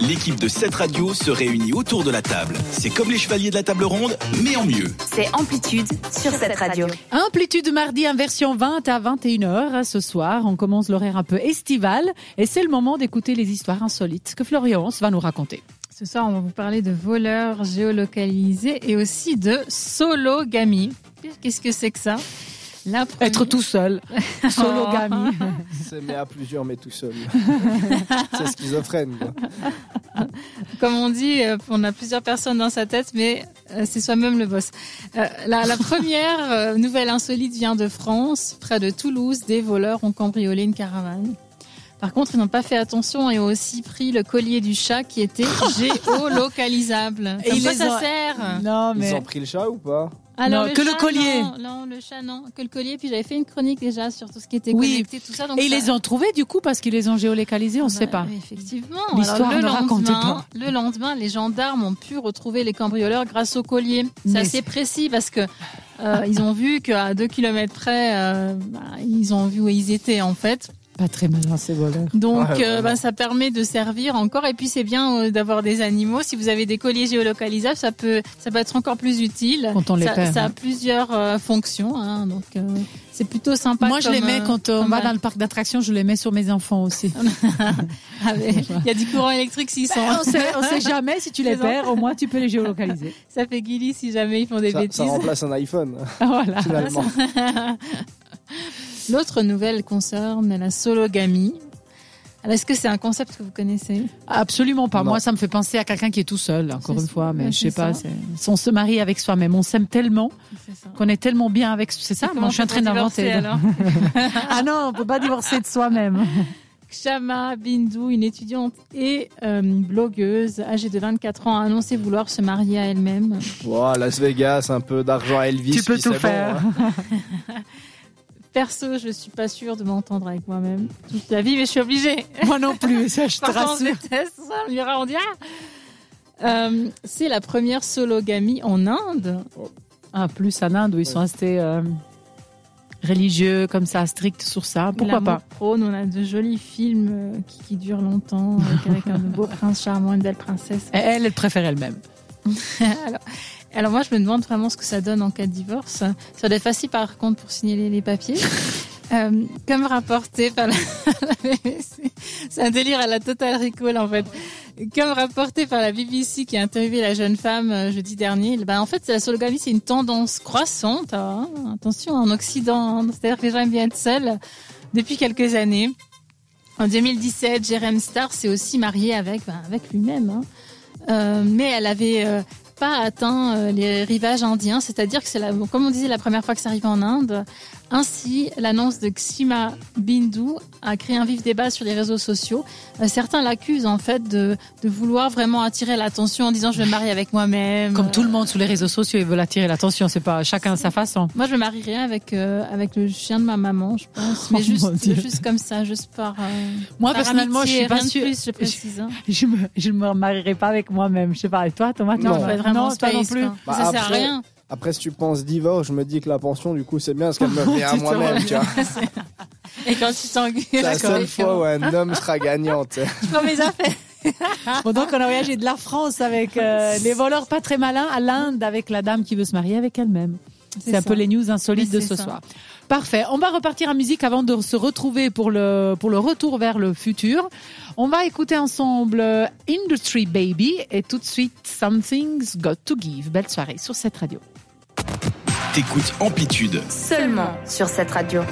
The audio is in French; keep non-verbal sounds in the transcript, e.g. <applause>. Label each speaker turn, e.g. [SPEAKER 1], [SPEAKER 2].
[SPEAKER 1] l'équipe de cette radio se réunit autour de la table. C'est comme les chevaliers de la table ronde, mais en mieux.
[SPEAKER 2] C'est Amplitude sur cette radio.
[SPEAKER 3] Amplitude mardi, inversion 20 à 21h ce soir. On commence l'horaire un peu estival et c'est le moment d'écouter les histoires insolites que Florian Hans va nous raconter.
[SPEAKER 4] Ce soir, on va vous parler de voleurs géolocalisés et aussi de sologamie. Qu'est-ce que c'est
[SPEAKER 3] <laughs>
[SPEAKER 4] que ça La première-
[SPEAKER 3] Être tout seul, sologamie.
[SPEAKER 5] S'aimer à plusieurs, mais
[SPEAKER 3] <laughs>
[SPEAKER 5] tout seul. c'est schizophrène. quoi.
[SPEAKER 4] <laughs> Comme on dit, euh, on a plusieurs personnes dans sa tête, mais euh, c'est soi-même le boss. Euh, la, la première euh, nouvelle insolite vient de France. Près de Toulouse, des voleurs ont cambriolé une caravane. Par contre, ils n'ont pas fait attention et ont aussi pris le collier du chat
[SPEAKER 3] <laughs>
[SPEAKER 4] qui était géolocalisable.
[SPEAKER 3] Et
[SPEAKER 4] Comme
[SPEAKER 3] ils
[SPEAKER 4] quoi
[SPEAKER 3] les
[SPEAKER 4] ça
[SPEAKER 3] ont-
[SPEAKER 4] sert
[SPEAKER 3] Non,
[SPEAKER 5] Ils
[SPEAKER 3] Ah, mais
[SPEAKER 5] ont pris le chat ou pas
[SPEAKER 3] Non, que le collier.
[SPEAKER 4] Non, non, le chat, non. Que le collier. Puis j'avais fait une chronique déjà sur tout ce qui était
[SPEAKER 3] Oui.
[SPEAKER 4] connecté, tout ça. Donc
[SPEAKER 3] et ils
[SPEAKER 4] ça-
[SPEAKER 3] les ont trouvés du coup parce qu'ils les ont géolocalisés, on ne
[SPEAKER 4] Bah,
[SPEAKER 3] sait pas.
[SPEAKER 4] Effectivement.
[SPEAKER 3] L'histoire,
[SPEAKER 4] Alors, le
[SPEAKER 3] ne racontez
[SPEAKER 4] lendemain,
[SPEAKER 3] pas.
[SPEAKER 4] le lendemain, les gendarmes ont pu retrouver les cambrioleurs grâce au collier.
[SPEAKER 3] Mais
[SPEAKER 4] C'est assez précis parce que euh, ils ont vu qu'à deux kilomètres près, euh, bah, ils ont vu où ils étaient en fait.
[SPEAKER 3] Pas très malin ces voleurs.
[SPEAKER 4] Donc,
[SPEAKER 5] Ouais,
[SPEAKER 4] euh,
[SPEAKER 5] vraiment.
[SPEAKER 4] bah, ça permet de servir encore. Et puis, c'est bien euh, d'avoir des animaux. Si vous avez des colliers géolocalisables, ça peut, ça peut être encore plus utile.
[SPEAKER 3] Quand on les
[SPEAKER 4] ça,
[SPEAKER 3] perd,
[SPEAKER 4] ça
[SPEAKER 3] hein.
[SPEAKER 4] a plusieurs euh, fonctions. hein. donc, euh, c'est plutôt sympa.
[SPEAKER 3] Moi, je les
[SPEAKER 4] comme,
[SPEAKER 3] mets
[SPEAKER 4] euh, <laughs>
[SPEAKER 3] quand euh, on
[SPEAKER 4] comme,
[SPEAKER 3] va
[SPEAKER 4] euh,
[SPEAKER 3] dans le parc d'attractions, je les mets sur mes enfants aussi.
[SPEAKER 4] ah, mais
[SPEAKER 3] <laughs>
[SPEAKER 4] Il y a du courant électrique s'ils sont.
[SPEAKER 3] on, sait, on <laughs> sait jamais si tu les
[SPEAKER 4] Les enfants.
[SPEAKER 3] perds, au moins tu peux les géolocaliser.
[SPEAKER 4] Ça fait guilly si jamais ils font des
[SPEAKER 5] ça, ça
[SPEAKER 4] bêtises.
[SPEAKER 5] remplace
[SPEAKER 3] <laughs>
[SPEAKER 5] un iPhone,
[SPEAKER 3] Ah, voilà. <laughs>
[SPEAKER 5] finalement.
[SPEAKER 4] L'autre nouvelle concerne la sologamie. Alors, Est-ce que c'est un concept que vous connaissez
[SPEAKER 3] Absolument pas.
[SPEAKER 5] Non.
[SPEAKER 3] Moi, ça me fait penser à quelqu'un qui est tout seul, encore
[SPEAKER 4] C'est
[SPEAKER 3] une
[SPEAKER 4] ça.
[SPEAKER 3] fois, mais
[SPEAKER 4] Ouais,
[SPEAKER 3] je sais
[SPEAKER 4] c'est
[SPEAKER 3] pas.
[SPEAKER 4] ça.
[SPEAKER 3] c'est- On se marie avec soi-même, on s'aime tellement qu'on est tellement bien avec. C'est ça, moi, je suis en train d'inventer.
[SPEAKER 4] <laughs>
[SPEAKER 3] Ah non, on peut pas divorcer de soi-même.
[SPEAKER 4] Kshama Bindou, une étudiante et euh, blogueuse âgée de 24 ans, a annoncé vouloir se marier à elle-même.
[SPEAKER 5] Wow, Las Vegas, un peu d'argent à Elvis.
[SPEAKER 3] Tu peux
[SPEAKER 5] puis
[SPEAKER 3] tout
[SPEAKER 5] c'est
[SPEAKER 3] faire.
[SPEAKER 5] Bon, hein.
[SPEAKER 4] Perso, je suis pas sûre de m'entendre avec moi-même toute la vie, mais je suis obligée.
[SPEAKER 3] Moi non plus, ça, je te
[SPEAKER 4] Par contre, <laughs>
[SPEAKER 3] rassure.
[SPEAKER 4] je déteste ça, on ira, on dira. Euh, c'est la première sologamie en Inde.
[SPEAKER 3] Ah, plus en Inde où ils sont restés euh, religieux, comme ça, stricts sur ça. Pourquoi
[SPEAKER 4] L'amour
[SPEAKER 3] pas
[SPEAKER 4] prône, on a de jolis films euh, qui, qui durent longtemps, avec, avec
[SPEAKER 3] <laughs>
[SPEAKER 4] un beau prince charmant, une belle princesse.
[SPEAKER 3] Et Elle, elle préfère elle-même.
[SPEAKER 4] <laughs> alors, alors moi, je me demande vraiment ce que ça donne en cas de divorce. Ça doit être facile, par contre, pour signaler les papiers. Euh, comme rapporté par la, la BBC, c'est un délire à la Total Recall en fait. Comme rapporté par la BBC qui a interviewé la jeune femme euh, jeudi dernier, ben en fait la sologamie c'est une tendance croissante. hein. attention en Occident, hein. c'est-à-dire que les gens aiment bien être seuls depuis quelques années. En 2017, Jerem Starr s'est aussi mariée avec ben, avec lui-même, hein. Euh, mais elle avait euh, pas atteint euh, les rivages indiens, c'est-à-dire que c'est la, comme on disait la première fois que ça arrive en Inde. Ainsi, l'annonce de Xima Bindu a créé un vif débat sur les réseaux sociaux. Euh, Certains l'accusent en fait de, de vouloir vraiment attirer l'attention en disant je me marie avec moi-même.
[SPEAKER 3] Comme tout le monde sur les réseaux sociaux, ils veulent attirer l'attention. C'est pas chacun à sa façon.
[SPEAKER 4] Euh, Moi, je me marierais avec euh, avec le chien de ma maman, je pense,
[SPEAKER 3] Oh,
[SPEAKER 4] Ah, mais juste
[SPEAKER 3] mon Dieu.
[SPEAKER 4] juste comme ça, juste par. euh,
[SPEAKER 3] Moi,
[SPEAKER 4] par
[SPEAKER 3] personnellement, je
[SPEAKER 4] amitié,
[SPEAKER 3] suis pas
[SPEAKER 4] rien de
[SPEAKER 3] sûre.
[SPEAKER 4] plus, je précise. hein.
[SPEAKER 3] <laughs> Je me, je me marierai pas avec moi-même. Je sais pas. Et toi, Thomas, tu
[SPEAKER 5] Non,
[SPEAKER 3] vas-
[SPEAKER 5] faut
[SPEAKER 4] Faut être vraiment
[SPEAKER 3] non, toi non
[SPEAKER 4] space,
[SPEAKER 3] plus.
[SPEAKER 4] quoi.
[SPEAKER 5] Bah,
[SPEAKER 4] ça sert à
[SPEAKER 5] après,
[SPEAKER 4] rien.
[SPEAKER 5] Après, si tu penses divorce, je me dis que la pension, du coup, c'est bien parce
[SPEAKER 3] <laughs>
[SPEAKER 5] qu'elle me revient à
[SPEAKER 3] Tu te
[SPEAKER 5] moi-même. tu vois.
[SPEAKER 4] Et quand tu t'engueules,
[SPEAKER 5] C'est
[SPEAKER 4] <laughs>
[SPEAKER 5] la
[SPEAKER 4] quand-
[SPEAKER 5] seule fois
[SPEAKER 3] <laughs>
[SPEAKER 5] où un homme sera gagnant. tu sais.
[SPEAKER 4] je prends mes affaires.
[SPEAKER 3] Bon, donc, on a voyagé de la France avec euh, les voleurs pas très malins à l'Inde avec la dame qui veut se marier avec elle-même. C'est un
[SPEAKER 4] ça.
[SPEAKER 3] peu les news insolites de
[SPEAKER 4] Mais c'est
[SPEAKER 3] ce
[SPEAKER 4] ça.
[SPEAKER 3] soir. Parfait. On va repartir en musique avant de se retrouver pour le, pour le retour vers le futur. On va écouter ensemble euh, Industry Baby et tout de suite Something's Got to Give. Belle soirée sur cette radio.
[SPEAKER 1] T'écoutes Amplitude.
[SPEAKER 2] Seulement sur cette radio.